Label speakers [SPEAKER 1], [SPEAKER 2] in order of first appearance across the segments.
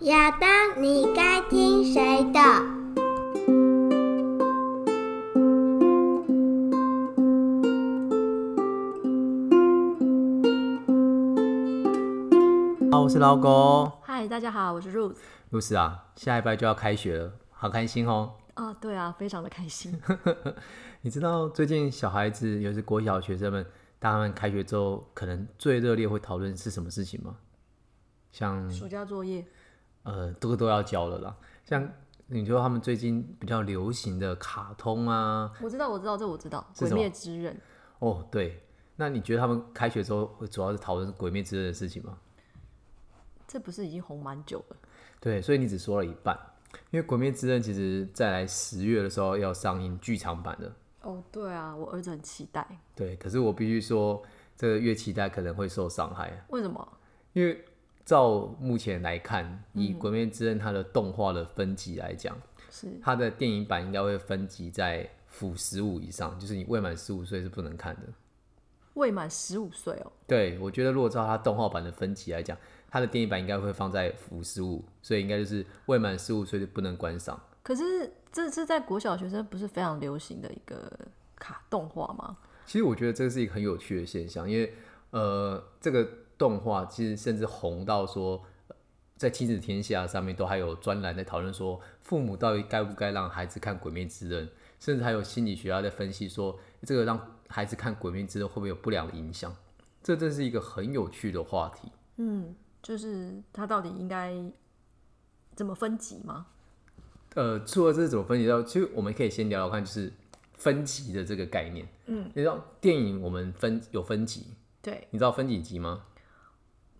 [SPEAKER 1] 亚当，你该听谁的？
[SPEAKER 2] 好，我是老狗。
[SPEAKER 3] 嗨，大家好，我是 Rose。
[SPEAKER 2] 露丝啊，下礼拜就要开学了，好开心哦！
[SPEAKER 3] 啊，对啊，非常的 开心。
[SPEAKER 2] 你知道最近小孩子，尤其是国小学生们，当他们开学之后，可能最热烈会讨论是什么事情吗？像
[SPEAKER 3] 暑假作业，
[SPEAKER 2] 呃，这个都要交了啦。像你说他们最近比较流行的卡通啊，
[SPEAKER 3] 我知道，我知道，这我知道，《
[SPEAKER 2] 是什么
[SPEAKER 3] 鬼灭之刃》。
[SPEAKER 2] 哦，对，那你觉得他们开学之后会主要是讨论《鬼灭之刃》的事情吗？
[SPEAKER 3] 这不是已经红蛮久了？
[SPEAKER 2] 对，所以你只说了一半，因为《鬼灭之刃》其实再来十月的时候要上映剧场版的。
[SPEAKER 3] 哦，对啊，我儿子很期待。
[SPEAKER 2] 对，可是我必须说，这个越期待可能会受伤害，啊
[SPEAKER 3] 为什么？
[SPEAKER 2] 因为照目前来看，以《鬼灭之刃》它的动画的分级来讲，
[SPEAKER 3] 是
[SPEAKER 2] 它的电影版应该会分级在辅十五以上，就是你未满十五岁是不能看的。
[SPEAKER 3] 未满十五岁哦。
[SPEAKER 2] 对，我觉得如果照它动画版的分级来讲，它的电影版应该会放在辅十五，所以应该就是未满十五岁就不能观赏。
[SPEAKER 3] 可是这是在国小学生不是非常流行的一个卡动画吗？
[SPEAKER 2] 其实我觉得这是一个很有趣的现象，因为呃，这个动画其实甚至红到说，呃在《亲子天下》上面都还有专栏在讨论说，父母到底该不该让孩子看《鬼灭之刃》，甚至还有心理学家在分析说，这个让孩子看《鬼灭之刃》会不会有不良的影响？这真是一个很有趣的话题。
[SPEAKER 3] 嗯，就是它到底应该怎么分级吗？
[SPEAKER 2] 呃，除了这是怎么分级到，其实我们可以先聊聊看，就是分级的这个概念。嗯，你知道电影我们分有分级，
[SPEAKER 3] 对，
[SPEAKER 2] 你知道分几级吗？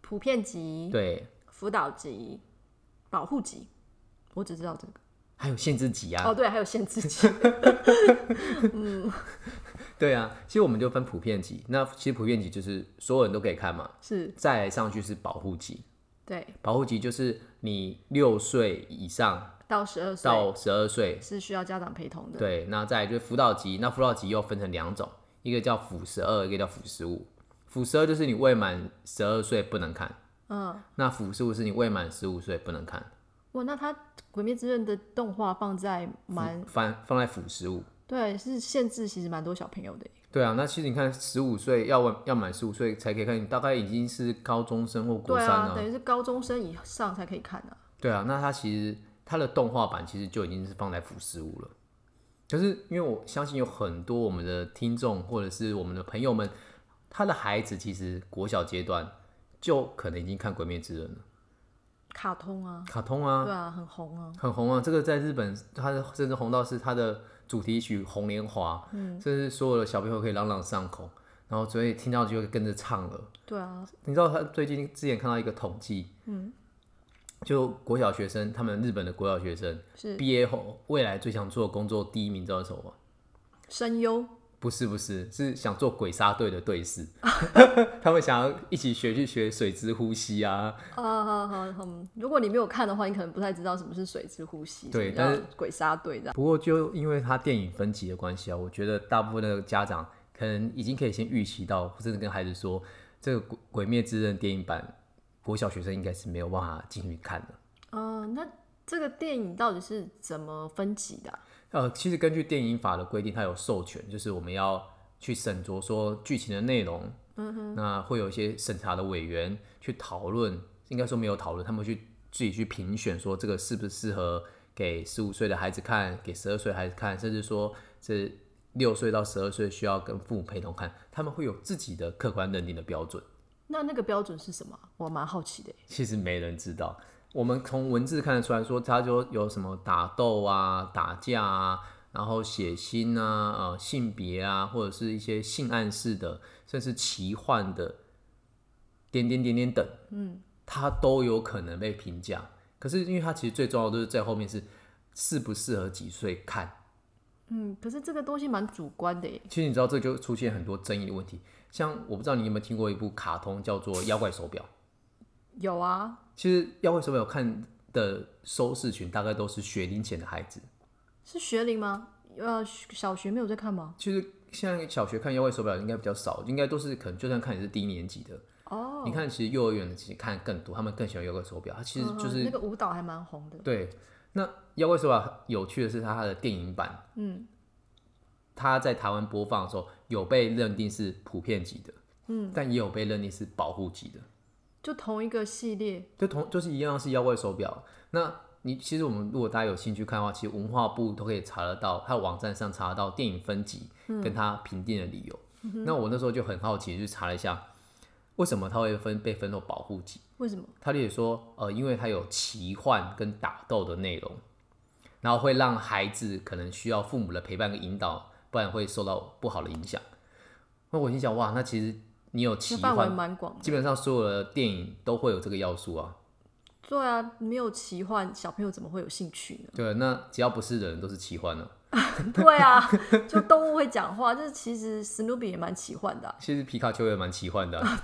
[SPEAKER 3] 普遍级、
[SPEAKER 2] 对，
[SPEAKER 3] 辅导级、保护级，我只知道这个。
[SPEAKER 2] 还有限制级啊。
[SPEAKER 3] 哦，对，还有限制 级。
[SPEAKER 2] 对啊，其实我们就分普遍级。那其实普遍级就是所有人都可以看嘛，
[SPEAKER 3] 是，
[SPEAKER 2] 再来上去是保护级。
[SPEAKER 3] 对，
[SPEAKER 2] 保护级就是你六岁以上
[SPEAKER 3] 到十二岁
[SPEAKER 2] 到十二岁，
[SPEAKER 3] 是需要家长陪同的。，
[SPEAKER 2] 对，那再来就是辅导级。那辅导级又分成两种，一个叫辅十二，一个叫辅十五。辅十二就是你未满十二岁不能看，
[SPEAKER 3] 嗯，
[SPEAKER 2] 那辅十五是你未满十五岁不能看，
[SPEAKER 3] 哇，那他《鬼灭之刃》的动画放在蛮、
[SPEAKER 2] 放放在辅十五。
[SPEAKER 3] 对，是限制其实蛮多小朋友的耶。
[SPEAKER 2] 对啊，那其实你看，十五岁要完要满十五岁才可以看，你大概已经是高中生或国
[SPEAKER 3] 对
[SPEAKER 2] 三了、
[SPEAKER 3] 啊，等于是高中生以上才可以看啊。
[SPEAKER 2] 对啊，那它其实它的动画版其实就已经是放在腐十五了。可是因为我相信有很多我们的听众或者是我们的朋友们，他的孩子其实国小阶段就可能已经看《鬼灭之刃》了，
[SPEAKER 3] 卡通啊，
[SPEAKER 2] 卡通啊，
[SPEAKER 3] 对啊，很红啊。
[SPEAKER 2] 很红啊。这个在日本，它的甚至红到是它的主题曲《红莲华》，嗯，这是所有的小朋友可以朗朗上口，然后所以听到就会跟着唱了。
[SPEAKER 3] 对啊，
[SPEAKER 2] 你知道他最近之前看到一个统计，嗯，就国小学生，他们日本的国小学生
[SPEAKER 3] 是
[SPEAKER 2] 毕业后未来最想做的工作第一名，你知道是什么吗？
[SPEAKER 3] 声优
[SPEAKER 2] 不是不是，是想做鬼杀队的队士，他们想要一起学去学水之呼吸啊，
[SPEAKER 3] 啊，好好好，嗯如果你没有看的话，你可能不太知道什么是水之呼吸，
[SPEAKER 2] 对
[SPEAKER 3] 什么叫
[SPEAKER 2] 但
[SPEAKER 3] 鬼杀队这样。
[SPEAKER 2] 不过就因为他电影分级的关系啊，我觉得大部分的家长可能已经可以先预期到，甚至跟孩子说，这个鬼《鬼灭之刃》电影版，国小学生应该是没有办法进去看的。
[SPEAKER 3] 嗯、那这个电影到底是怎么分级的啊、
[SPEAKER 2] 呃，其实根据电影法的规定，它有授权，就是我们要去审酌说剧情的内容，嗯哼，那会有一些审查的委员去讨论，应该说没有讨论，他们去自己去评选说这个适不适合给十五岁的孩子看，给十二岁的孩子看，甚至说这六岁到十二岁需要跟父母陪同看，他们会有自己的客观认定的标准。
[SPEAKER 3] 那那个标准是什么啊？我蛮好奇的耶。
[SPEAKER 2] 其实没人知道。我们从文字看得出来说，他就有什么打斗啊、打架啊，然后血腥啊、呃性别啊，或者是一些性暗示的，甚至奇幻的，点点点点等，嗯，它都有可能被评价。可是因为它其实最重要的就是在后面是适不适合几岁看，
[SPEAKER 3] 嗯，可是这个东西蛮主观的耶。
[SPEAKER 2] 其实你知道，这就出现很多争议的问题。像我不知道你有没有听过一部卡通叫做《妖怪手表》。
[SPEAKER 3] 有啊，
[SPEAKER 2] 其实妖怪手表看的收视群大概都是学龄前的孩子。
[SPEAKER 3] 是学龄吗？呃，小学没有在看吗？
[SPEAKER 2] 其实现在小学看妖怪手表应该比较少，应该都是可能就算看也是低年级的。
[SPEAKER 3] 哦，
[SPEAKER 2] 你看，其实幼儿园的其实看更多，他们更喜欢摇怪手表，它其实就
[SPEAKER 3] 嗯
[SPEAKER 2] 是、
[SPEAKER 3] 那个舞蹈还蛮红的，
[SPEAKER 2] 对。那妖怪手表有趣的是它的电影版，嗯，它在台湾播放的时候有被认定是普遍级的，嗯，但也有被认定是保护级的，
[SPEAKER 3] 就同一个系列，
[SPEAKER 2] 就同就是一样是妖怪手表。那你其实我们如果大家有兴趣看的话，其实文化部都可以查得到，它网站上查得到电影分级
[SPEAKER 3] 嗯
[SPEAKER 2] 跟它评定的理由。那我那时候就很好奇，就查了一下，为什么它会分被分到保护级？
[SPEAKER 3] 为什么？
[SPEAKER 2] 他例如说，呃，因为它有奇幻跟打斗的内容，然后会让孩子可能需要父母的陪伴跟引导，不然会受到不好的影响。那我心想，哇，那其实你有奇
[SPEAKER 3] 那范围
[SPEAKER 2] 幻，
[SPEAKER 3] 蛮广的。
[SPEAKER 2] 基本上所有的电影都会有这个要素啊。
[SPEAKER 3] 对啊，没有奇幻，小朋友怎么会有兴趣 呢？
[SPEAKER 2] 对，那只要不是人都是奇幻了、
[SPEAKER 3] 对啊，就动物会讲话，就是其实史努比也蛮奇幻的啊、
[SPEAKER 2] 其实皮卡丘也蛮奇幻的啊、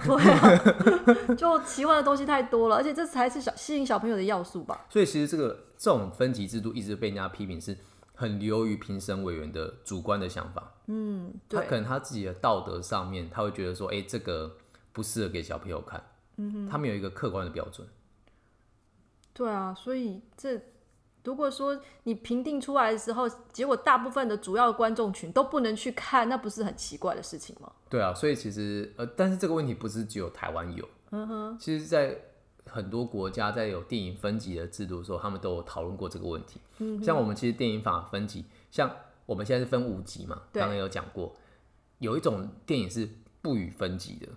[SPEAKER 3] 就奇幻的东西太多了，而且这才是小吸引小朋友的要素吧。
[SPEAKER 2] 所以其实这个这种分级制度一直被人家批评是很流于评审委员的主观的想法。他
[SPEAKER 3] 对
[SPEAKER 2] 可能他自己的道德上面，他会觉得说，哎、这个不适合给小朋友看。嗯他们有一个客观的标准，
[SPEAKER 3] 对啊，所以这如果说你评定出来的时候，结果大部分的主要观众群都不能去看，那不是很奇怪的事情吗？
[SPEAKER 2] 对啊，所以其实呃，但是这个问题不是只有台湾有，嗯哼，其实，在很多国家在有电影分级的制度的时候，他们都有讨论过这个问题。嗯，像我们其实电影法分级，像我们现在是分五级嘛，
[SPEAKER 3] 对
[SPEAKER 2] 刚刚有讲过，有一种电影是不予分级的，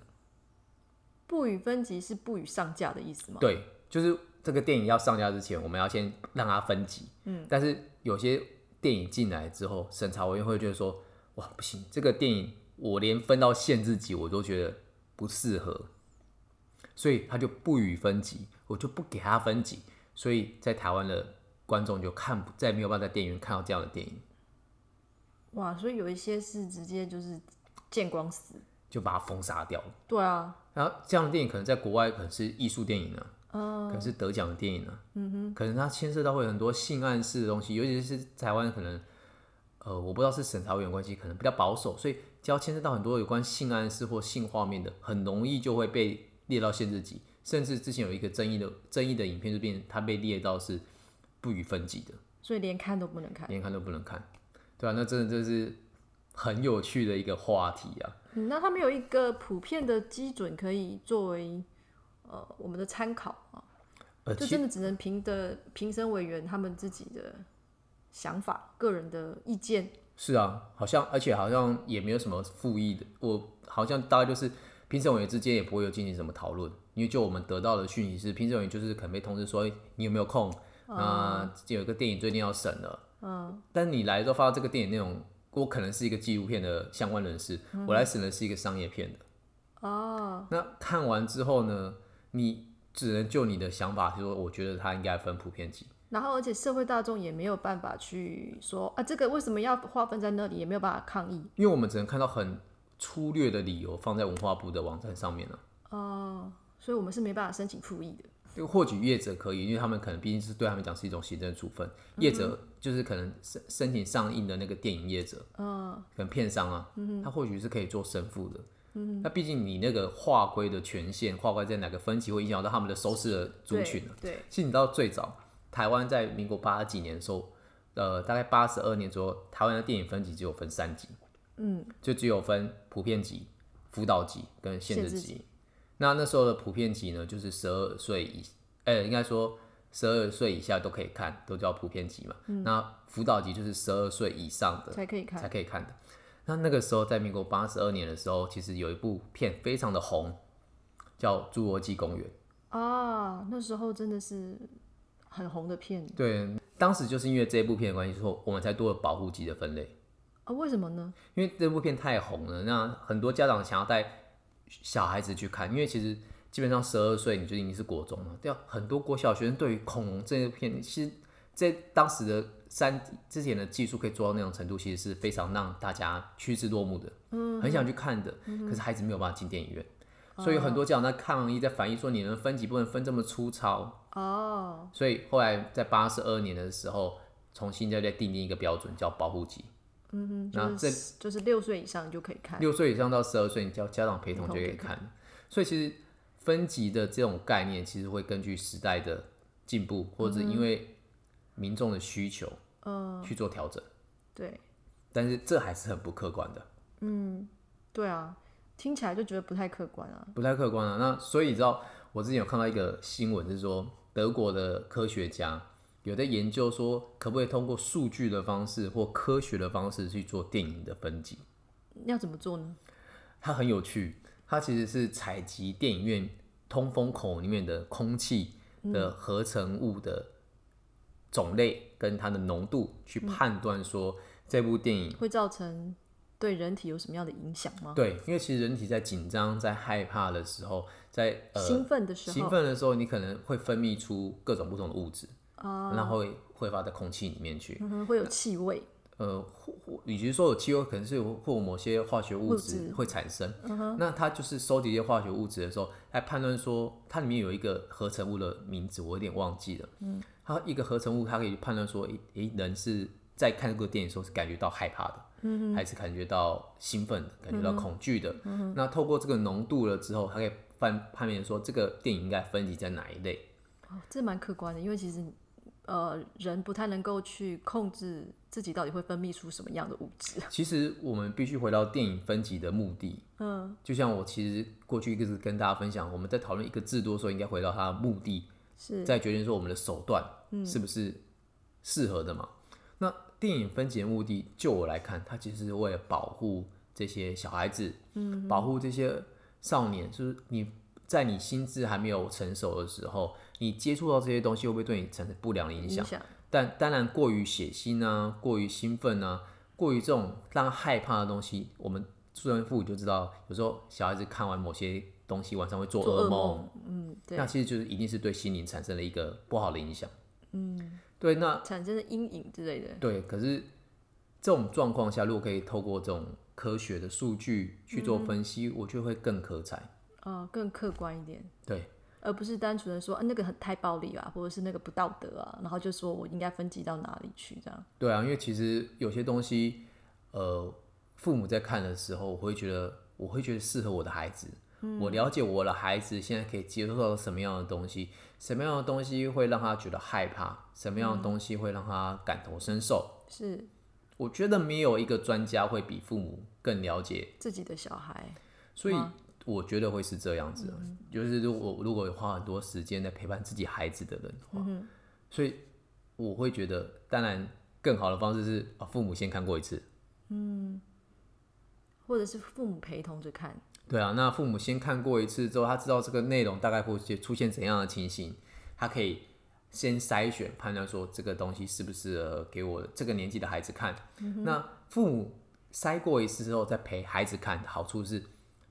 [SPEAKER 3] 不予分级是不予上架的意思吗？
[SPEAKER 2] 对，就是这个电影要上架之前，我们要先让它分级。嗯，但是有些电影进来之后，审查委员会就会说，哇，不行，这个电影我连分到限制级我都觉得不适合，所以他就不予分级，我就不给他分级，所以在台湾的观众就看不再没有办法在电影院看到这样的电影，
[SPEAKER 3] 哇，所以有一些是直接就是见光死。
[SPEAKER 2] 就把它封杀掉了。
[SPEAKER 3] 对啊，
[SPEAKER 2] 然后这样的电影可能在国外可能是艺术电影啊，可能是得奖的电影啊，可能它牵涉到会有很多性暗示的东西，尤其是台湾可能，呃，我不知道是审查委员关系，可能比较保守，所以只要牵涉到很多有关性暗示或性画面的，很容易就会被列到限制级，甚至之前有一个争议的争议的影片，就变成它被列到是不予分级的，
[SPEAKER 3] 所以连看都不能看。
[SPEAKER 2] 连看都不能看，对啊，那真的就是很有趣的一个话题啊。
[SPEAKER 3] 嗯，那他们有一个普遍的基准可以作为呃我们的参考啊，
[SPEAKER 2] 呃，
[SPEAKER 3] 就
[SPEAKER 2] 其
[SPEAKER 3] 真的只能凭的评审委员他们自己的想法、个人的意见。
[SPEAKER 2] 是啊，好像而且好像也没有什么复议的，我好像大概就是评审委员之间也不会有进行什么讨论，因为就我们得到的讯息是，评审委员就是可能被通知说，哎，你有没有空？那、有一个电影最近要审了，嗯，但你来之后发现这个电影内容，我可能是一个纪录片的相关人士，我来审的是一个商业片的，
[SPEAKER 3] 哦，
[SPEAKER 2] 那看完之后呢，你只能就你的想法说，我觉得它应该分普遍级，
[SPEAKER 3] 然后而且社会大众也没有办法去说啊，这个为什么要划分在那里，也没有办法抗议。
[SPEAKER 2] 因为我们只能看到很粗略的理由放在文化部的网站上面啊了、
[SPEAKER 3] 所以我们是没办法申请复议的。
[SPEAKER 2] 就或许业者可以，因为他们可能毕竟是对他们讲是一种行政处分。业者就是可能申申请上映的那个电影业者，嗯，可能片商啊，他或许是可以做申复的。嗯，那毕竟你那个划归的权限，划归在哪个分级，会影响到他们的收视的族群呢、啊
[SPEAKER 3] 对对，
[SPEAKER 2] 其实你知道最早台湾在民国八十几年的时候，呃，大概八十二年左右，台湾的电影分级只有分三级，嗯，就只有分普遍级、辅导级跟限制
[SPEAKER 3] 限制
[SPEAKER 2] 级。那那时候的普遍级呢，就是十二岁以，呃、应该说十二岁以下都可以看，都叫普遍级嘛。那辅导级就是十二岁以上的
[SPEAKER 3] 嗯才可以看
[SPEAKER 2] 才可以看的。那那个时候，在民国八十二年的时候，其实有一部片非常的红，叫《侏罗纪公园》。
[SPEAKER 3] 啊，那时候真的是很红的片
[SPEAKER 2] 对，当时就是因为这部片的关系，说我们才多了保护级的分类，
[SPEAKER 3] 啊，为什么呢？
[SPEAKER 2] 因为这部片太红了，那很多家长想要带小孩子去看，因为其实基本上十二岁你就已经是国中了，对啊，很多国小学生对于恐龙这部片，其实在当时的三之前的技术可以做到那种程度，其实是非常让大家趋之若鹜的，嗯，很想去看的，可是孩子没有办法进电影院。所以有很多家长在抗议，在反映说你能分级不能分这么粗糙，
[SPEAKER 3] 哦，
[SPEAKER 2] 所以后来在八十二年的时候，重新再再定定一个标准，叫保护级。
[SPEAKER 3] 嗯，
[SPEAKER 2] 然后
[SPEAKER 3] 就是十就是六岁以上就可以看，
[SPEAKER 2] 六岁以上到十二岁，你叫家长陪同就可以
[SPEAKER 3] 陪同
[SPEAKER 2] 看。所以其实分级的这种概念，其实会根据时代的进步，或者因为民众的需求，嗯，去做调整。
[SPEAKER 3] 对
[SPEAKER 2] 但是这还是很不客观的，
[SPEAKER 3] 对啊，听起来就觉得不太客观啊。
[SPEAKER 2] 不太客观啊。那所以你知道，我之前有看到一个新闻，是说德国的科学家有在研究说，可不可以通过数据的方式或科学的方式去做电影的分级。
[SPEAKER 3] 要怎么做呢？
[SPEAKER 2] 它很有趣，它其实是采集电影院通风口里面的空气的合成物的种类跟它的浓度，去判断说这部电影
[SPEAKER 3] 会造成对人体有什么样的影响吗？
[SPEAKER 2] 对，因为其实人体在紧张、在害怕的时候，在呃
[SPEAKER 3] 兴奋的时候，
[SPEAKER 2] 兴奋的时候，你可能会分泌出各种不同的物质，
[SPEAKER 3] 啊、
[SPEAKER 2] 然后会挥发在空气里面去。
[SPEAKER 3] 嗯哼会有气味，
[SPEAKER 2] 呃，或或与其说有气味，可能是有或有某些化学物
[SPEAKER 3] 物
[SPEAKER 2] 质嗯
[SPEAKER 3] 质
[SPEAKER 2] 会产生。那它就是收集一些化学物质的时候，来判断说它里面有一个合成物的名字，我有点忘记了。嗯，它一个合成物，它可以判断说，诶、诶人是在看这个电影的时候是感觉到害怕的，嗯，还是感觉到兴奋的，感觉到恐惧的。嗯、那透过这个浓度了之后，它可以判判别说这个电影应该分级在哪一类。
[SPEAKER 3] 哦，这蛮客观的，因为其实呃，人不太能够去控制自己到底会分泌出什么样的物质。
[SPEAKER 2] 其实我们必须回到电影分级的目的，
[SPEAKER 3] 嗯，
[SPEAKER 2] 就像我其实过去一直跟大家分享，我们在讨论一个制度的时候，应该回到它的目的，
[SPEAKER 3] 是
[SPEAKER 2] 再决定说我们的手段是不是适合的嘛。那电影分级的目的，就我来看，它其实是为了保护这些小孩子，嗯，保护这些少年，就是你在你心智还没有成熟的时候，你接触到这些东西，会不会对你产生不良的影响
[SPEAKER 3] 影？响。
[SPEAKER 2] 但当然，过于血腥啊，过于兴奋啊，过于这种让他害怕的东西，我们出生父母就知道，有时候小孩子看完某些东西，晚上会做
[SPEAKER 3] 做
[SPEAKER 2] 噩
[SPEAKER 3] 噩
[SPEAKER 2] 梦
[SPEAKER 3] 梦，，嗯，对
[SPEAKER 2] 那，其实就是一定是对心灵产生了一个不好的影响。嗯，对，那
[SPEAKER 3] 产生的阴影之类的，
[SPEAKER 2] 对，可是这种状况下，如果可以透过这种科学的数据去做
[SPEAKER 3] 嗯
[SPEAKER 2] 分析，我觉得会更可采。
[SPEAKER 3] 呃，更客观一点，
[SPEAKER 2] 对，
[SPEAKER 3] 而不是单纯的说、啊、那个很太暴力啊，或者是那个不道德啊，然后就说我应该分级到哪里去这样。
[SPEAKER 2] 对啊，因为其实有些东西，呃，父母在看的时候，我会觉得我会觉得适合我的孩子，我了解我的孩子现在可以接受到什么样的东西，什么样的东西会让他觉得害怕，什么样的东西会让他感同身受。
[SPEAKER 3] 是
[SPEAKER 2] 我觉得没有一个专家会比父母更了解，
[SPEAKER 3] 自己的小孩，
[SPEAKER 2] 所以我觉得会是这样子的，就是如果如果有花很多时间在陪伴自己孩子的人的话，所以我会觉得，当然更好的方式是啊，父母先看过一次。
[SPEAKER 3] 或者是父母陪同着看，
[SPEAKER 2] 对啊，那父母先看过一次之后，他知道这个内容大概会出现怎样的情形，他可以先筛选判断说这个东西适不适合给我这个年纪的孩子看。那父母筛过一次之后，再陪孩子看，好处是，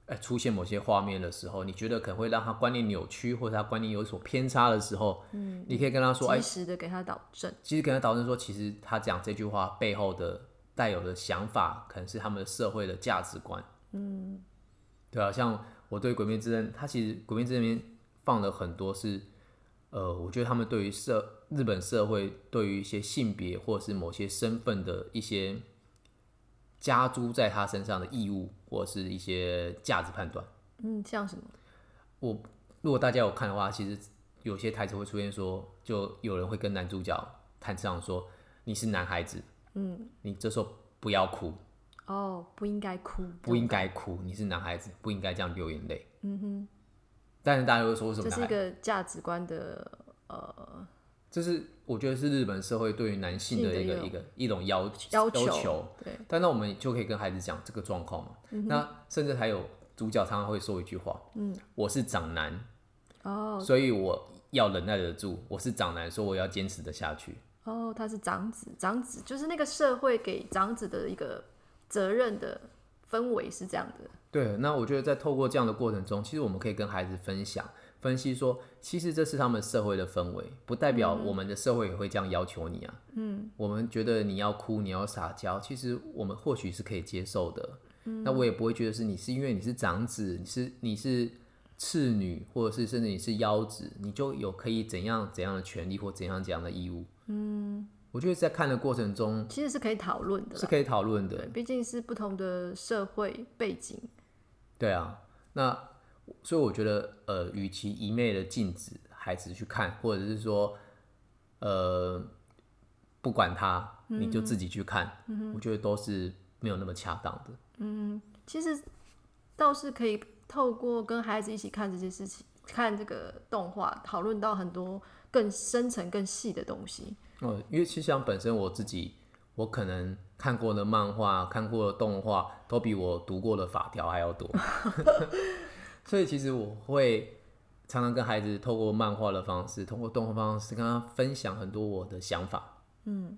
[SPEAKER 2] 呃，出现某些画面的时候，你觉得可能会让他观念扭曲，或者他观念有所偏差的时候，嗯，你可以跟他说，哎
[SPEAKER 3] 及，时的给他导正。
[SPEAKER 2] 其实跟他导致说，其实他讲这句话背后的带有的想法，可能是他们的社会的价值观。嗯，对啊，像我对《鬼灭之刃》，它其实《鬼灭之刃》里面放了很多是，呃，我觉得他们对于社日本社会对于一些性别或是某些身份的一些加诸在他身上的义务，或是一些价值判断。
[SPEAKER 3] 嗯，像什么？
[SPEAKER 2] 我如果大家有看的话，其实有些台词会出现说，就有人会跟男主角谈上说你是男孩子，嗯，你这时候不要哭，
[SPEAKER 3] 哦，不应该哭，
[SPEAKER 2] 不应该哭，你是男孩子，不应该这样流眼泪。嗯哼。但是大家会说为什么
[SPEAKER 3] 这
[SPEAKER 2] 男
[SPEAKER 3] 是一
[SPEAKER 2] 孩？
[SPEAKER 3] 个价值观的
[SPEAKER 2] 这是我觉得是日本社会对于男性的一个
[SPEAKER 3] 性的
[SPEAKER 2] 一个一种要求。
[SPEAKER 3] 要求，
[SPEAKER 2] 要求
[SPEAKER 3] 对，
[SPEAKER 2] 但那我们就可以跟孩子讲这个状况嘛。那甚至还有主角常常会说一句话：“嗯，我是长男，
[SPEAKER 3] 哦
[SPEAKER 2] 所以我要忍耐得住。我是长男，所以我要坚持的下去。
[SPEAKER 3] 哦，他是长子，长子就是那个社会给长子的一个责任的氛围是这样的，
[SPEAKER 2] 对，那我觉得在透过这样的过程中，其实我们可以跟孩子分享、分析说，其实这是他们社会的氛围，不代表我们的社会也会这样要求你啊。嗯，我们觉得你要哭，你要撒娇，其实我们或许是可以接受的。嗯，那我也不会觉得是你是因为你是长子，你是你是次女，或者是甚至你是幺子，你就有可以怎样怎样的权利或怎样怎样的义务。嗯，我觉得在看的过程中
[SPEAKER 3] 其实是可以讨论的
[SPEAKER 2] 是
[SPEAKER 3] 啦。
[SPEAKER 2] 可以讨论的
[SPEAKER 3] 对，。毕竟是不同的社会背景，
[SPEAKER 2] 对啊，那所以我觉得，呃，与其一昧的禁止孩子去看，或者是说，呃，不管他，你就自己去看，我觉得都是没有那么恰当的。
[SPEAKER 3] 其实倒是可以透过跟孩子一起看这些事情，看这个动画，讨论到很多更深层、更细的东西。
[SPEAKER 2] 哦，因为其实像本身我自己，我可能看过的漫画、看过的动画，都比我读过的法条还要多。 所以其实我会常常跟孩子透过漫画的方式，通过动画方式跟他分享很多我的想法。嗯，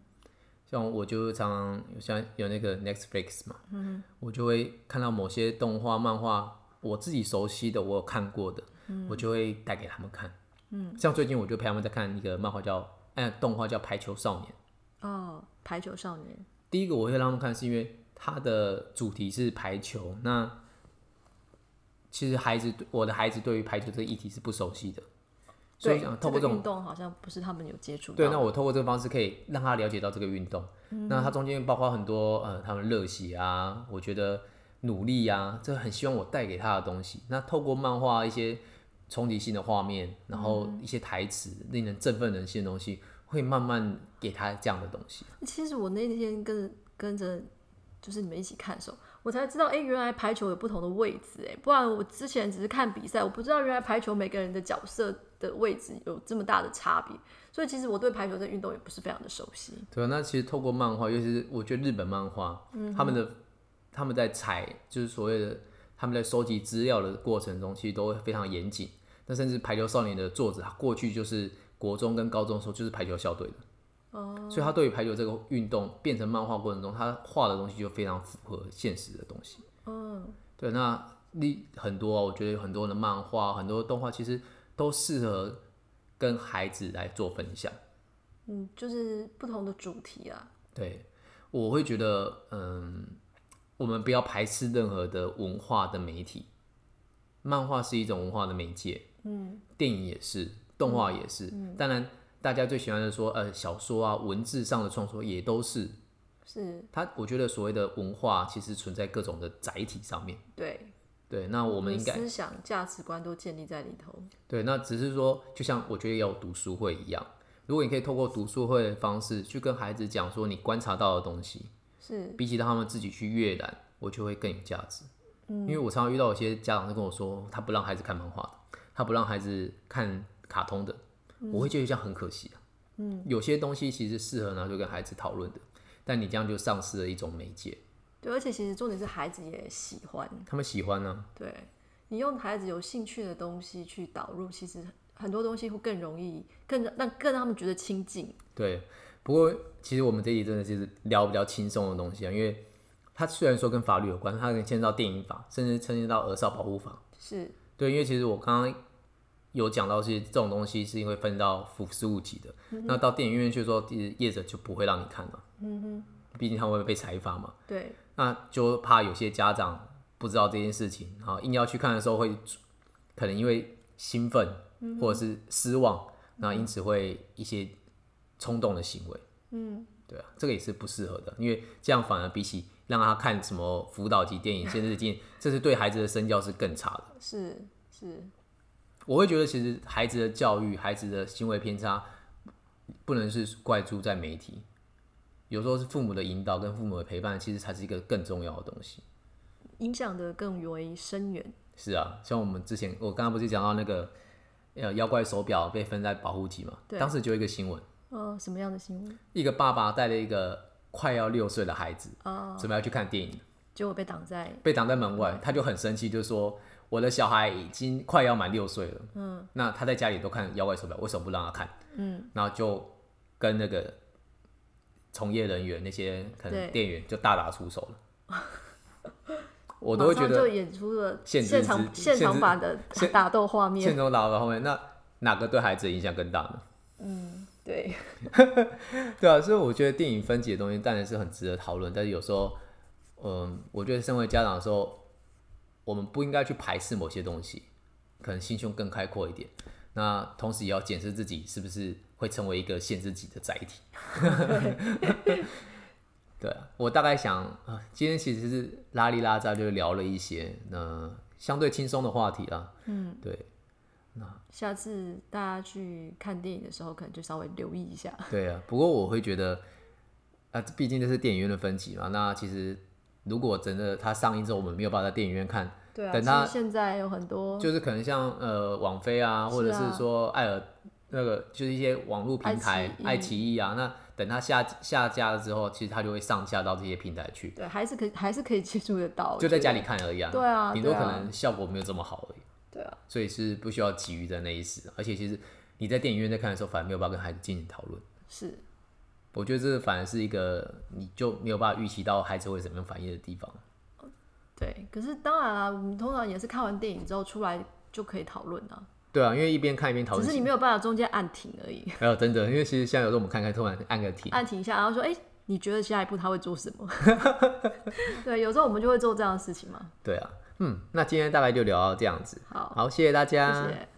[SPEAKER 2] 像我就常常像有那个 Netflix 嘛，嗯，我就会看到某些动画、漫画，我自己熟悉的，我有看过的，我就会带给他们看。嗯，像最近我就陪他们在看一个漫画叫，哎，动画叫《排球少年》。
[SPEAKER 3] 哦，排球少年，
[SPEAKER 2] 第一个我会让他们看，是因为它的主题是排球。那其实孩子，我的孩子对于排球这个议题是不熟悉的，所以啊
[SPEAKER 3] 对
[SPEAKER 2] 想透过这
[SPEAKER 3] 个
[SPEAKER 2] 种
[SPEAKER 3] 运动好像不是他们有接触到。嗯
[SPEAKER 2] 对，那我透过这个方式可以让他了解到这个运动。那它中间包括很多呃，他们热血啊，我觉得努力啊，这很希望我带给他的东西。那透过漫画一些冲击性的画面，然后
[SPEAKER 3] 嗯
[SPEAKER 2] 一些台词，令人振奋人心的东西，会慢慢给他这样的东西。
[SPEAKER 3] 其实我那天跟跟着就是你们一起看的时候，我才知道，哎、原来排球有不同的位置、哎，不然我之前只是看比赛，我不知道原来排球每个人的角色的位置有这么大的差别。所以其实我对排球这运动也不是非常的熟悉。
[SPEAKER 2] 对啊，那其实透过漫画，尤其是我觉得日本漫画，他们的他们在采，就是所谓的他们在收集资料的过程中，其实都会非常严谨。那甚至《排球少年》的作者，他过去就是国中跟高中的时候就是排球校队的，哦，所以他对于排球这个运动变成漫画过程中，他画的东西就非常符合现实的东西。嗯，对，那你很多、啊，我觉得有很多的漫画、很多动画，其实都适合跟孩子来做分享。
[SPEAKER 3] 嗯，就是不同的主题啊。
[SPEAKER 2] 对，我会觉得，嗯，我们不要排斥任何的文化的媒体，漫画是一种文化的媒介，嗯，电影也是，动画也是，当然大家最喜欢的说，呃，小说啊，文字上的创作也都是。
[SPEAKER 3] 是
[SPEAKER 2] 它，我觉得所谓的文化其实存在各种的载体上面。
[SPEAKER 3] 对，
[SPEAKER 2] 对，那我
[SPEAKER 3] 我
[SPEAKER 2] 们应该
[SPEAKER 3] 思想、价值观都建立在里头。
[SPEAKER 2] 对，那只是说，就像我觉得要有读书会一样，如果你可以透过读书会的方式去跟孩子讲说你观察到的东西，
[SPEAKER 3] 是
[SPEAKER 2] 比起让他们自己去阅览，我就会更有价值。因为我常常遇到有些家长就跟我说，他不让孩子看漫画的，他不让孩子看卡通的，我会觉得这样很可惜啊。嗯，有些东西其实适合拿去跟孩子讨论的，但你这样就丧失了一种媒介，
[SPEAKER 3] 对，而且其实重点是孩子也喜欢。
[SPEAKER 2] 他们喜欢啊呢、
[SPEAKER 3] 对你用孩子有兴趣的东西去导入，其实很多东西会更容易，更让更让他们觉得亲近。
[SPEAKER 2] 对，不过其实我们这一集真的就是聊比较轻松的东西啊，因为它虽然说跟法律有关，它能牵涉到电影法，甚至牵涉到儿少保护法，
[SPEAKER 3] 是
[SPEAKER 2] 对，因为其实我刚刚有讲到是这种东西是因为分到服饰物级的，那到电影院去的时候，其实业者就不会让你看了，嗯哼，毕竟他们会被裁罚嘛，
[SPEAKER 3] 对，
[SPEAKER 2] 那就怕有些家长不知道这件事情，然后硬要去看的时候会，可能因为兴奋或者是失望，那因此会一些冲动的行为，嗯，对啊，这个也是不适合的，因为这样反而比起让他看什么辅导级 电影、限制电影，这是对孩子的身教是更差的。
[SPEAKER 3] 是是，
[SPEAKER 2] 我会觉得，其实孩子的教育、孩子的行为偏差，不能是怪注在媒体，有时候是父母的引导跟父母的陪伴，其实才是一个更重要的东西。
[SPEAKER 3] 影响的更为深远。
[SPEAKER 2] 是啊，像我们之前，我刚刚不是讲到那个呃妖怪手表被分在保护级嘛，
[SPEAKER 3] 对
[SPEAKER 2] 当时就有一个新闻，
[SPEAKER 3] 呃，什么样的新闻？
[SPEAKER 2] 一个爸爸带了一个快要六岁的孩子，准备要去看电影，
[SPEAKER 3] 结果被挡在
[SPEAKER 2] 被挡在门外，他就很生气，就说。我的小孩已经快要满六岁了，嗯，那他在家里都看妖怪手表，为什么不让他看？
[SPEAKER 3] 嗯，
[SPEAKER 2] 然后就跟那个从业人员那些可
[SPEAKER 3] 对
[SPEAKER 2] 能店员就大打出手了。 我都
[SPEAKER 3] 马
[SPEAKER 2] 会觉
[SPEAKER 3] 上就
[SPEAKER 2] 得
[SPEAKER 3] 演出了
[SPEAKER 2] 限制
[SPEAKER 3] 现
[SPEAKER 2] 之
[SPEAKER 3] 场
[SPEAKER 2] 限
[SPEAKER 3] 现
[SPEAKER 2] 制
[SPEAKER 3] 场版的
[SPEAKER 2] 限
[SPEAKER 3] 打斗画
[SPEAKER 2] 现
[SPEAKER 3] 面。
[SPEAKER 2] 中打到后面，那哪个对孩子的影响更大呢？
[SPEAKER 3] 对，
[SPEAKER 2] 对啊，所以我觉得电影分级的东西当然是很值得讨论，但是有时候，嗯，我觉得身为家长的时候，我们不应该去排斥某些东西，可能心胸更开阔一点。那同时也要检视自己是不是会成为一个限制级的载体。 对啊，我大概想啊，今天其实是拉里拉扎就聊了一些，那相对轻松的话题啦。嗯，对
[SPEAKER 3] 下次大家去看电影的时候，可能就稍微留意一下。
[SPEAKER 2] 对啊。不过我会觉得，啊，毕竟这是电影院的分级嘛。那其实如果真的它上映之后，我们没有办法在电影院看，
[SPEAKER 3] 对
[SPEAKER 2] 等他
[SPEAKER 3] 啊，其实现在有很多
[SPEAKER 2] 就是可能像呃网飞啊，或者
[SPEAKER 3] 是啊
[SPEAKER 2] 是说爱尔那个，就是一些网络平台
[SPEAKER 3] 爱奇艺
[SPEAKER 2] 爱奇艺啊。那等它下下架了之后，其实它就会上架到这些平台去，
[SPEAKER 3] 对，还是可以还是可以 接触得到，
[SPEAKER 2] 就在家
[SPEAKER 3] 里。
[SPEAKER 2] 里看而已啊。
[SPEAKER 3] 对啊
[SPEAKER 2] 顶多
[SPEAKER 3] 对
[SPEAKER 2] 可
[SPEAKER 3] 啊
[SPEAKER 2] 能效果没有这么好而已。
[SPEAKER 3] 对啊，
[SPEAKER 2] 所以是不需要急于在那一时。而且其实你在电影院在看的时候，反而没有办法跟孩子进行讨论。
[SPEAKER 3] 是
[SPEAKER 2] 我觉得这反而是一个你就没有办法预期到孩子会怎么样反应的地方。
[SPEAKER 3] 对。可是当然啦，我们通常也是看完电影之后出来就可以讨论啊，
[SPEAKER 2] 对啊，因为一边看一边讨
[SPEAKER 3] 只
[SPEAKER 2] 论
[SPEAKER 3] 是
[SPEAKER 2] 其
[SPEAKER 3] 你
[SPEAKER 2] 实，
[SPEAKER 3] 没有办法中间按停 而已，
[SPEAKER 2] 还有真的，因为其实像有时候我们看看，突然按个停，
[SPEAKER 3] 按停一下，然后说，哎、你觉得下一步他会做什 么？对，有时候我们就会做这样的事情嘛。
[SPEAKER 2] 对啊，嗯，那今天大概就聊到这样子。
[SPEAKER 3] 好，
[SPEAKER 2] 好，谢谢大啊
[SPEAKER 3] 谢
[SPEAKER 2] 家，
[SPEAKER 3] 谢。